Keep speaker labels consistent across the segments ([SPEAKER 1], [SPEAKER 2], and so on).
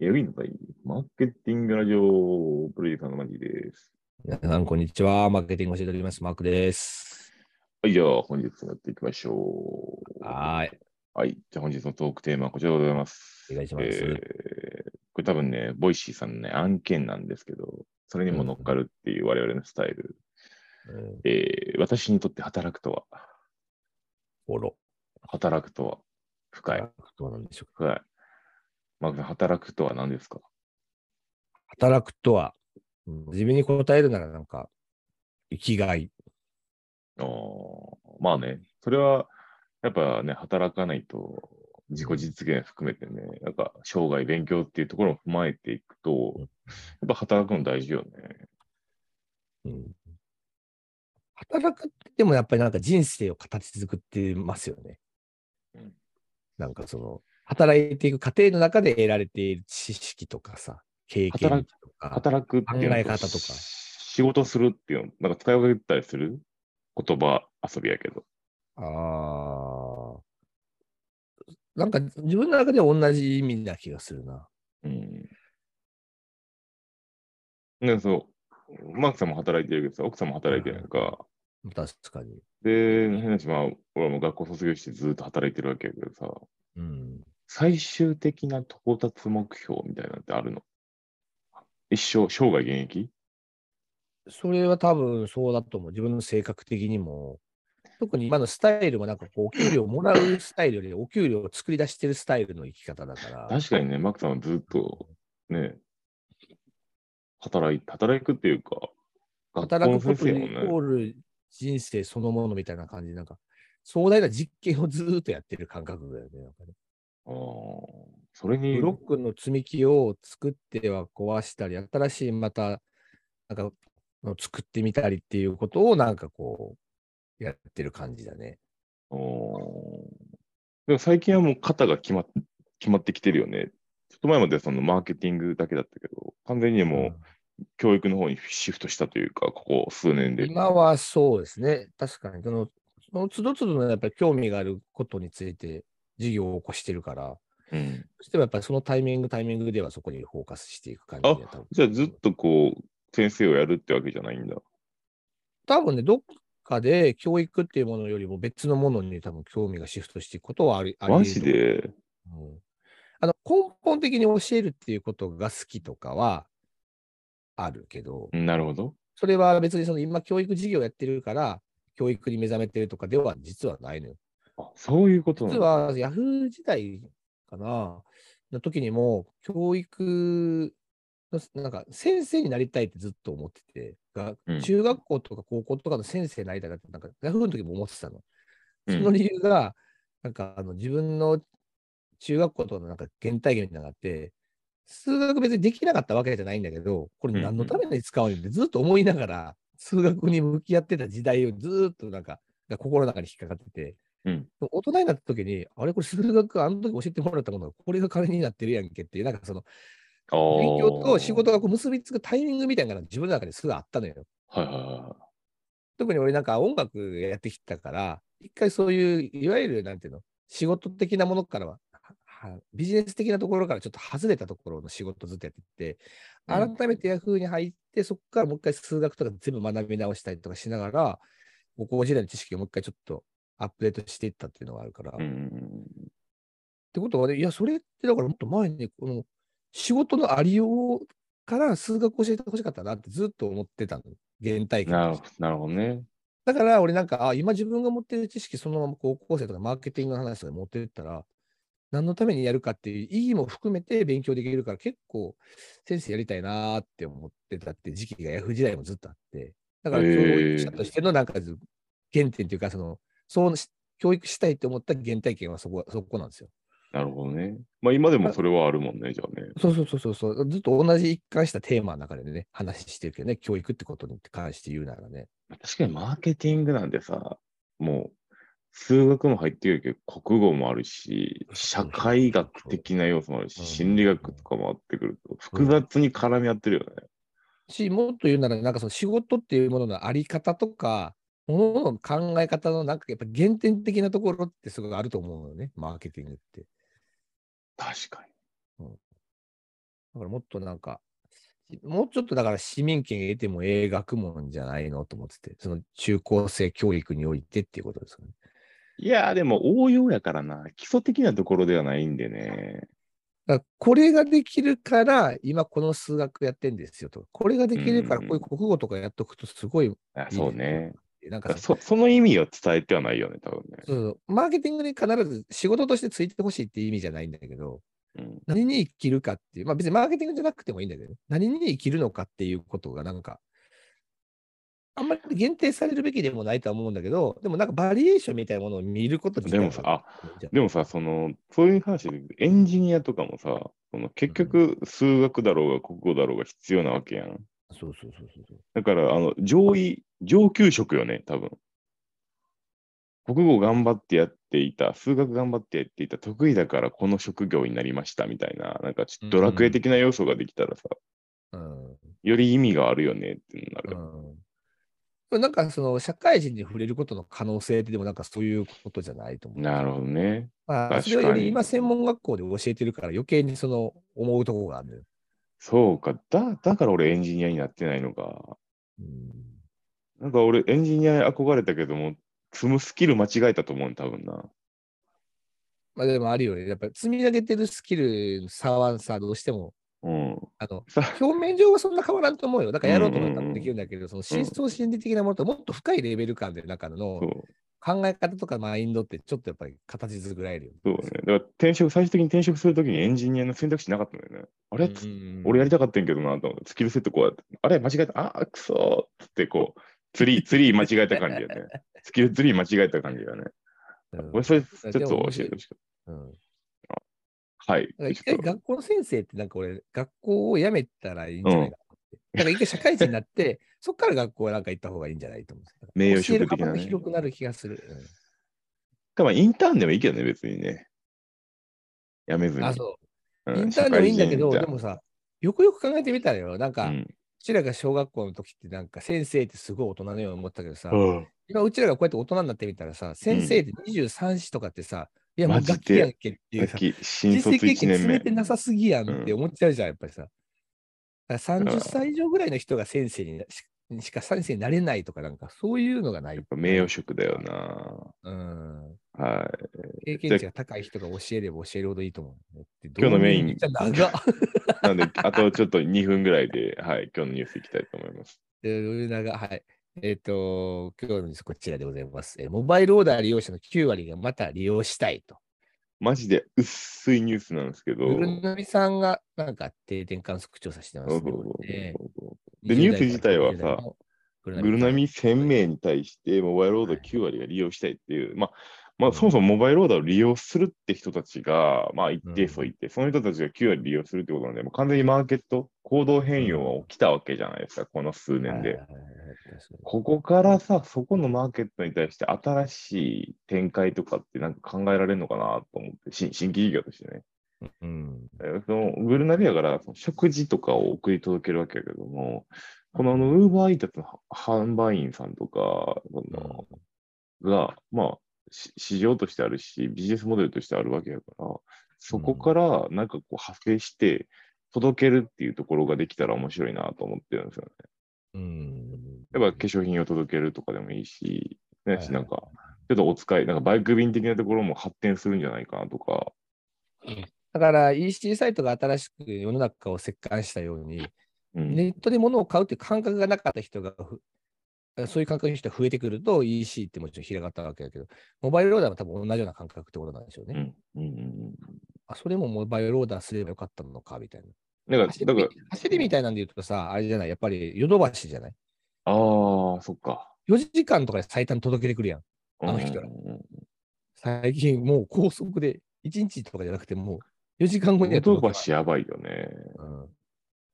[SPEAKER 1] エグいのかいマーケティングラジオプロデューサーのマギーです。
[SPEAKER 2] 皆さん、こんにちは。マーケティング教えております。マークです。
[SPEAKER 1] はい、じゃあ本日もやっていきましょう。
[SPEAKER 2] はーい。
[SPEAKER 1] はい、じゃあ本日のトークテーマはこちらでございます。
[SPEAKER 2] お願いします
[SPEAKER 1] えーこれ多分ね、ボイシーさんのね、案件なんですけど、それにも乗っかるっていう我々のスタイル。
[SPEAKER 2] うん
[SPEAKER 1] えー私にとって働くとは、
[SPEAKER 2] おろ。
[SPEAKER 1] 働くとは、深い、
[SPEAKER 2] どうなんでしょうか。
[SPEAKER 1] 深い。マークさん、働くとは何ですか
[SPEAKER 2] 働くとは、うん自分に答えるならなんか、生きがい。
[SPEAKER 1] あーまあね、それはやっぱね、働かないと自己実現含めてね、なんか生涯勉強っていうところを踏まえていくと
[SPEAKER 2] うん、
[SPEAKER 1] やっぱ働くの大事よね。
[SPEAKER 2] うん働くって言ってもやっぱりなんか人生を形作ってますよね
[SPEAKER 1] うん。
[SPEAKER 2] なんかその、働いていく過程の中で得られている知識とかさ、経験とか、
[SPEAKER 1] 働くっていうの
[SPEAKER 2] 考え方とか
[SPEAKER 1] 仕事するっていうの、なんか使い分けたりする言葉遊びやけど。
[SPEAKER 2] ああ。なんか自分の中では同じ意味な気がするな。
[SPEAKER 1] うん。ね、そう、マークさんも働いてるけどさ、奥さんも働いてるやんか。
[SPEAKER 2] 確かに。
[SPEAKER 1] で、変な話、まあ、俺はもう学校卒業してずっと働いてるわけやけどさ、
[SPEAKER 2] うん。
[SPEAKER 1] 最終的な到達目標みたいなのってあるの一生、生涯現役
[SPEAKER 2] それは多分そうだと思う。自分の性格的にも。特に今のスタイルもなんかこう、お給料もらうスタイルよりお給料を作り出してるスタイルの生き方だから。
[SPEAKER 1] 確かにね、マックさんはずっとね、働い、働くっていうか、学校
[SPEAKER 2] 働
[SPEAKER 1] の
[SPEAKER 2] くこ
[SPEAKER 1] 先
[SPEAKER 2] と
[SPEAKER 1] 生
[SPEAKER 2] イ
[SPEAKER 1] やもんね
[SPEAKER 2] コ。ール人生そのものみたいな感じで、なんか壮大な実験をずーっとやってる感覚だよね。なんかね
[SPEAKER 1] ああそれに
[SPEAKER 2] ブ、ロックの積み木を作っては壊したり、新しいまた、なんか、の作ってみたりっていうことをなんかこう、やってる感じだね。
[SPEAKER 1] あーでも最近はもう型が決まっ決まってきてるよね。ちょっと前までそのマーケティングだけだったけど、完全にもう教育の方にシフトしたというか、ここ数年で。
[SPEAKER 2] 今はそうですね。確かに、その、その都度都度のやっぱり興味があることについて事業を起こしてるから、
[SPEAKER 1] うん
[SPEAKER 2] そしてもやっぱりそのタイミング、タイミングではそこにフォーカスしていく感じで、多分
[SPEAKER 1] じゃあずっとこう、先生をやるってわけじゃないんだ。
[SPEAKER 2] 多分ね、どっかで教育っていうものよりも別のものに多分興味がシフトしていくことはあり、あり得
[SPEAKER 1] マ
[SPEAKER 2] る
[SPEAKER 1] ジで。
[SPEAKER 2] うんあの根本的に教えるっていうことが好きとかはあるけど、
[SPEAKER 1] なるほど。
[SPEAKER 2] それは別にその今教育事業やってるから、教育に目覚めてるとかでは実はないのよ。
[SPEAKER 1] あそういうことな
[SPEAKER 2] 実
[SPEAKER 1] の
[SPEAKER 2] は Yahoo 時代かな、の時にも、教育の、なんか先生になりたいってずっと思ってて、が
[SPEAKER 1] うん
[SPEAKER 2] 中学校とか高校とかの先生になりたいなって、なんか Yahoo の時も思ってたの。
[SPEAKER 1] う
[SPEAKER 2] そ
[SPEAKER 1] ん
[SPEAKER 2] の理由が、なんかあの自分の中学校とかのなんか原体験みたいなのがあって、数学別にできなかったわけじゃないんだけど、これ何のために使うんってずっと思いながら、数学に向き合ってた時代をずっとなんか、が心の中に引っかかってて、
[SPEAKER 1] うん
[SPEAKER 2] でも大人になった時に、あれこれ数学あの時教えてもらったものが、これが金になってるやんけっていう、なんかその、
[SPEAKER 1] あー
[SPEAKER 2] 勉強と仕事がこう結びつくタイミングみたいなのが自分の中ですぐあったのよ。
[SPEAKER 1] はいはいは
[SPEAKER 2] 特に俺なんか音楽やってきたから、一回そういう、いわゆるなんていうの、仕事的なものからは、はビジネス的なところからちょっと外れたところの仕事ずっとやってて、
[SPEAKER 1] うん
[SPEAKER 2] 改めて Yahoo に入って、そこからもう一回数学とか全部学び直したりとかしながら、高校時代の知識をもう一回ちょっとアップデートしていったっていうのがあるから。
[SPEAKER 1] い。う
[SPEAKER 2] っ
[SPEAKER 1] ん。
[SPEAKER 2] てことはね、いや、それってだからもっと前に、この仕事のありようから数学教えてほしかったなってずっと思ってたの。原体験として。
[SPEAKER 1] なるほどなるほどね。
[SPEAKER 2] だから俺なんか、あ、今自分が持ってる知識、そのまま高校生とかマーケティングの話とか持ってったら、何のためにやるかっていう意義も含めて勉強できるから、結構先生やりたいなーって思ってたって時期が Yahoo 時代もずっとあって、だから教
[SPEAKER 1] へー
[SPEAKER 2] 育者としてのなんかず原点というか、その、そうし教育したいと思った原体験はそこ、そこなんですよ。
[SPEAKER 1] なるほどね。まあ今でもそれはあるもんね、じゃあね。
[SPEAKER 2] そうそうそうそうそう、ずっと同じ一貫したテーマの中でね、話してるけどね、教育ってことに関して言うならね。
[SPEAKER 1] 確かにマーケティングなんてさ、もう数学も入ってくるけど、国語もあるし、社会学的な要素もあるし、
[SPEAKER 2] うん
[SPEAKER 1] 心理学とかもあってくると、複雑に絡み合ってるよね。
[SPEAKER 2] し、もっと言うなら、なんかその仕事っていうもののあり方とか、ものの考え方のなんかやっぱ原点的なところってすごいあると思うのよね、マーケティングって。
[SPEAKER 1] 確かに
[SPEAKER 2] うん。だからもっとなんか、もうちょっとだから市民権得てもええ学問じゃないのと思ってて、その中高生教育においてっていうことですよね。
[SPEAKER 1] いやー、でも応用やからな。基礎的なところではないんでね。
[SPEAKER 2] だからこれができるから、今この数学やってんですよとか、これができるから、
[SPEAKER 1] うん
[SPEAKER 2] こういう国語とかやっとくとすごい、
[SPEAKER 1] あそうね。
[SPEAKER 2] な
[SPEAKER 1] だ
[SPEAKER 2] ん
[SPEAKER 1] か
[SPEAKER 2] からそ
[SPEAKER 1] そその意味を伝えてはないよね、多分ね。
[SPEAKER 2] そうマーケティングに必ず仕事としてついてほしいっていう意味じゃないんだけど、
[SPEAKER 1] うん、
[SPEAKER 2] 何に生きるかっていう、まあ別にマーケティングじゃなくてもいいんだけど、何に生きるのかっていうことがなんか、あんまり限定されるべきでもないとは思うんだけど、でもなんかバリエーションみたいなものを見ること自体
[SPEAKER 1] でもさ、
[SPEAKER 2] は
[SPEAKER 1] あ、でもさ、その、そういう話で、エンジニアとかもさ、その結局、数学だろうが国語だろうが必要なわけやん。
[SPEAKER 2] そうそうそうそうそう。
[SPEAKER 1] だから、あの、上位、上級職よね、多分。国語頑張ってやっていた、数学頑張ってやっていた、得意だからこの職業になりましたみたいな、なんかちょっとドラクエ的な要素ができたらさ、
[SPEAKER 2] うん
[SPEAKER 1] より意味があるよねってなる。
[SPEAKER 2] うん、なんかその社会人に触れることの可能性ってでもなんかそういうことじゃないと思う。
[SPEAKER 1] なるほどね。
[SPEAKER 2] まあ、
[SPEAKER 1] 確か
[SPEAKER 2] そ
[SPEAKER 1] に
[SPEAKER 2] れはより今専門学校で教えてるから余計にその思うところがあるのよ。
[SPEAKER 1] そうか。だ、だから俺エンジニアになってないのか。
[SPEAKER 2] うん
[SPEAKER 1] なんか俺エンジニアに憧れたけども、積むスキル間違えたと思うね、多分な。
[SPEAKER 2] まあでもあるよね。やっぱり積み上げてるスキルの差はさ、どうしても、
[SPEAKER 1] うん。
[SPEAKER 2] あの、
[SPEAKER 1] さ、
[SPEAKER 2] 表面上はそんな変わらんと思うよ。だからやろうと思ったらできるんだけど、その深層心理的なものともっと深いレベル感で中の
[SPEAKER 1] そう。
[SPEAKER 2] 考え方とかマインドってちょっとやっぱり形作られるよね。
[SPEAKER 1] そうね。だから転職、最終的に転職するときにエンジニアの選択肢なかったんだよね。あれ、俺やりたかったんやけどなと思って、スキルセットこうやって、あれ間違えた、あーくそーっつってこう、ツリー、ツリー間違えた感じよ ね。スキルツリー間違えた感じよね。
[SPEAKER 2] うん
[SPEAKER 1] 俺、それ、ちょっと教えてほしかっ
[SPEAKER 2] うん
[SPEAKER 1] た。はい
[SPEAKER 2] だから。
[SPEAKER 1] ち
[SPEAKER 2] 一
[SPEAKER 1] ょ
[SPEAKER 2] 回
[SPEAKER 1] っと
[SPEAKER 2] 学校の先生ってなんか俺、学校を辞めたらいいんじゃないかなって。だから一回社会人になって、 そっから学校なんか行った方がいいんじゃないと思う。
[SPEAKER 1] 名誉職的なね
[SPEAKER 2] 教える幅が広くなる気がする。
[SPEAKER 1] でもインターンでもいいけどね、別にね。やめず
[SPEAKER 2] う
[SPEAKER 1] に。
[SPEAKER 2] んあ、そうう。
[SPEAKER 1] ん
[SPEAKER 2] インターンでもいいんだけど、
[SPEAKER 1] 社会
[SPEAKER 2] で
[SPEAKER 1] 人
[SPEAKER 2] もさ、よくよく考えてみたらよ、なん
[SPEAKER 1] じゃ
[SPEAKER 2] か、
[SPEAKER 1] う
[SPEAKER 2] うんちらが小学校の時ってなんか先生ってすごい大人のように思ったけどさ、
[SPEAKER 1] うん
[SPEAKER 2] 今うちらがこうやって大人になってみたらさ、先生って23子とかってさ、いやもう
[SPEAKER 1] マジで
[SPEAKER 2] 楽器やんけっていう
[SPEAKER 1] さ
[SPEAKER 2] さ
[SPEAKER 1] っ、き、新
[SPEAKER 2] 人
[SPEAKER 1] 卒
[SPEAKER 2] 生経
[SPEAKER 1] 1
[SPEAKER 2] 験
[SPEAKER 1] 年
[SPEAKER 2] 積
[SPEAKER 1] 目
[SPEAKER 2] め。てなさすぎやんって
[SPEAKER 1] う
[SPEAKER 2] 思っちゃうじゃん、やっぱりさ。だか
[SPEAKER 1] だ
[SPEAKER 2] ら
[SPEAKER 1] から
[SPEAKER 2] 30歳以上ぐらいの人が先生になししか先生になれないとか、なんかそういうのがない
[SPEAKER 1] やっ。ぱ名誉職だよな。
[SPEAKER 2] うん。
[SPEAKER 1] はい。
[SPEAKER 2] 経験値が高い人が教えれば教えるほどいいと思うねって。
[SPEAKER 1] 今日のメイン
[SPEAKER 2] めっちゃ長っ。
[SPEAKER 1] なんで、あとちょっと2分ぐらいで、はい、今日のニュースいきたいと思います。
[SPEAKER 2] でどういう長はい。えっ、と、今日のニュースこちらでございます、えーモバイルオーダー利用者の9割がまた利用したいと。
[SPEAKER 1] マジで薄いニュースなんですけど。
[SPEAKER 2] ぐるなみさんがなんか定点観測調査してます
[SPEAKER 1] そう
[SPEAKER 2] ね。
[SPEAKER 1] そう
[SPEAKER 2] こ
[SPEAKER 1] そう
[SPEAKER 2] れね
[SPEAKER 1] でニュース自体はさ、
[SPEAKER 2] ぐ
[SPEAKER 1] ぐるなみ
[SPEAKER 2] 鮮
[SPEAKER 1] 1000
[SPEAKER 2] 明
[SPEAKER 1] 名に対して、モバイルオーダー9割が利用したいっていう、まあ、まあ、そもそもモバイルオーダーを利用するって人たちが、まあ、一定数いて、その人たちが9割利用するってことなんで、もう完全にマーケット、行動変容は起きたわけじゃないですか、この数年
[SPEAKER 2] はい
[SPEAKER 1] で
[SPEAKER 2] は。いはいはい確かに
[SPEAKER 1] ここからさ、そこのマーケットに対して新しい展開とかってなんか考えられるのかなと思って、新新規事業としてね。
[SPEAKER 2] うん
[SPEAKER 1] えーそのグルナビアからその食事とかを送り届けるわけやけども、このあのウーバーイーツの販売員さんとかそのが、まあ、し市場としてあるし、ビジネスモデルとしてあるわけやから、そこからなんかこう派生して届けるっていうところができたら面白いなと思ってるんですよね。
[SPEAKER 2] うん。
[SPEAKER 1] やっぱ化粧品を届けるとかでもいいし、
[SPEAKER 2] はい
[SPEAKER 1] ね
[SPEAKER 2] はい
[SPEAKER 1] なんか、ちょっとお使い、なんかバイク便的なところも発展するんじゃないかなとか、
[SPEAKER 2] だから EC サイトが新しく世の中を折換したように、
[SPEAKER 1] うん
[SPEAKER 2] ネットで物を買うっていう感覚がなかった人がふ、そういう感覚の人が増えてくると EC ってもちろん広がったわけだけど、モバイルオーダーも多分同じような感覚ってことなんでしょう
[SPEAKER 1] うん
[SPEAKER 2] ね。
[SPEAKER 1] うんうん
[SPEAKER 2] あ、それもモバイルオーダーすればよかったのかみたいな。
[SPEAKER 1] うん。だ
[SPEAKER 2] 走
[SPEAKER 1] か
[SPEAKER 2] り
[SPEAKER 1] ら、だから、
[SPEAKER 2] 走りみたいなんで言うとさ、あれじゃない、やっぱりヨドバシじゃない。
[SPEAKER 1] あー、そっか。
[SPEAKER 2] 4時間とかで最短届けてくるやん。あの人ら
[SPEAKER 1] うんうんうん。
[SPEAKER 2] 最近もう高速で1日とかじゃなくてもう4時間後には
[SPEAKER 1] ヨド
[SPEAKER 2] 届く
[SPEAKER 1] バシやばいよね。
[SPEAKER 2] うん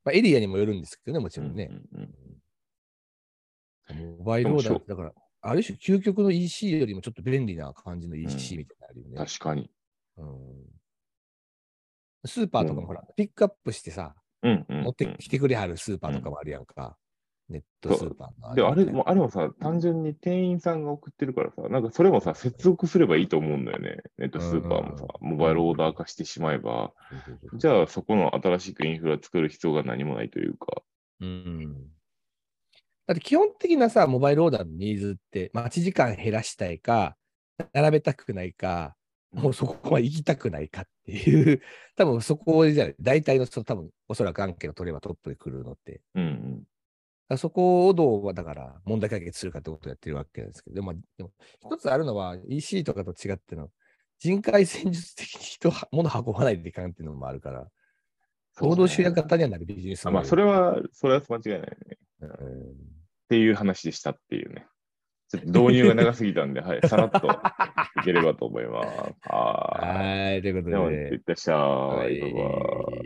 [SPEAKER 2] まあ、エリアにもよるんですけどね、もちろんね。
[SPEAKER 1] うんうん
[SPEAKER 2] モバイルオーダーってだから、ある種究極の EC よりもちょっと便利な感じの
[SPEAKER 1] う
[SPEAKER 2] EC みたいなのあるよ
[SPEAKER 1] うん
[SPEAKER 2] ね。
[SPEAKER 1] 確かに。
[SPEAKER 2] うんスーパーとかもほら、ピックアップしてさ、
[SPEAKER 1] うんうんうん
[SPEAKER 2] 持ってきてくれはるスーパーとかもあるやんか。ネットスーパーの
[SPEAKER 1] で、あれ
[SPEAKER 2] みたいな
[SPEAKER 1] も、あれもさ、単純に店員さんが送ってるからさ、なんかそれもさ、接続すればいいと思うんだよね。ネットスーパーもさ、モバイルオーダー化してしまえば、
[SPEAKER 2] そうそうそう
[SPEAKER 1] じゃあそこの新しくインフラ作る必要が何もないというか。
[SPEAKER 2] うんだって基本的なさ、モバイルオーダーのニーズって、待ち時間減らしたいか、並べたくないか、もうそこは行きたくないかっていう、多分そこじゃない、大体のその多分おそらくアンケート取ればトップで来るのって、だか
[SPEAKER 1] うん
[SPEAKER 2] らそこをどうだから問題解決するかってことをやってるわけなんですけど、でもまあでも一つあるのは EC とかと違っての、人海戦術的に人は、物運ばないといかんっていうのもあるから、
[SPEAKER 1] うん。
[SPEAKER 2] 労働集約
[SPEAKER 1] が
[SPEAKER 2] 型にはなるビジネスも
[SPEAKER 1] まあ、それは、それは間違いないね。っ
[SPEAKER 2] うん、
[SPEAKER 1] ていう話でしたっていうね。ちょっと導入が長すぎた んで、はい、さらっといければと思います。はーい。
[SPEAKER 2] はい、ということ
[SPEAKER 1] では、
[SPEAKER 2] で
[SPEAKER 1] いっ。てらっしゃ。
[SPEAKER 2] はい
[SPEAKER 1] バイバイ。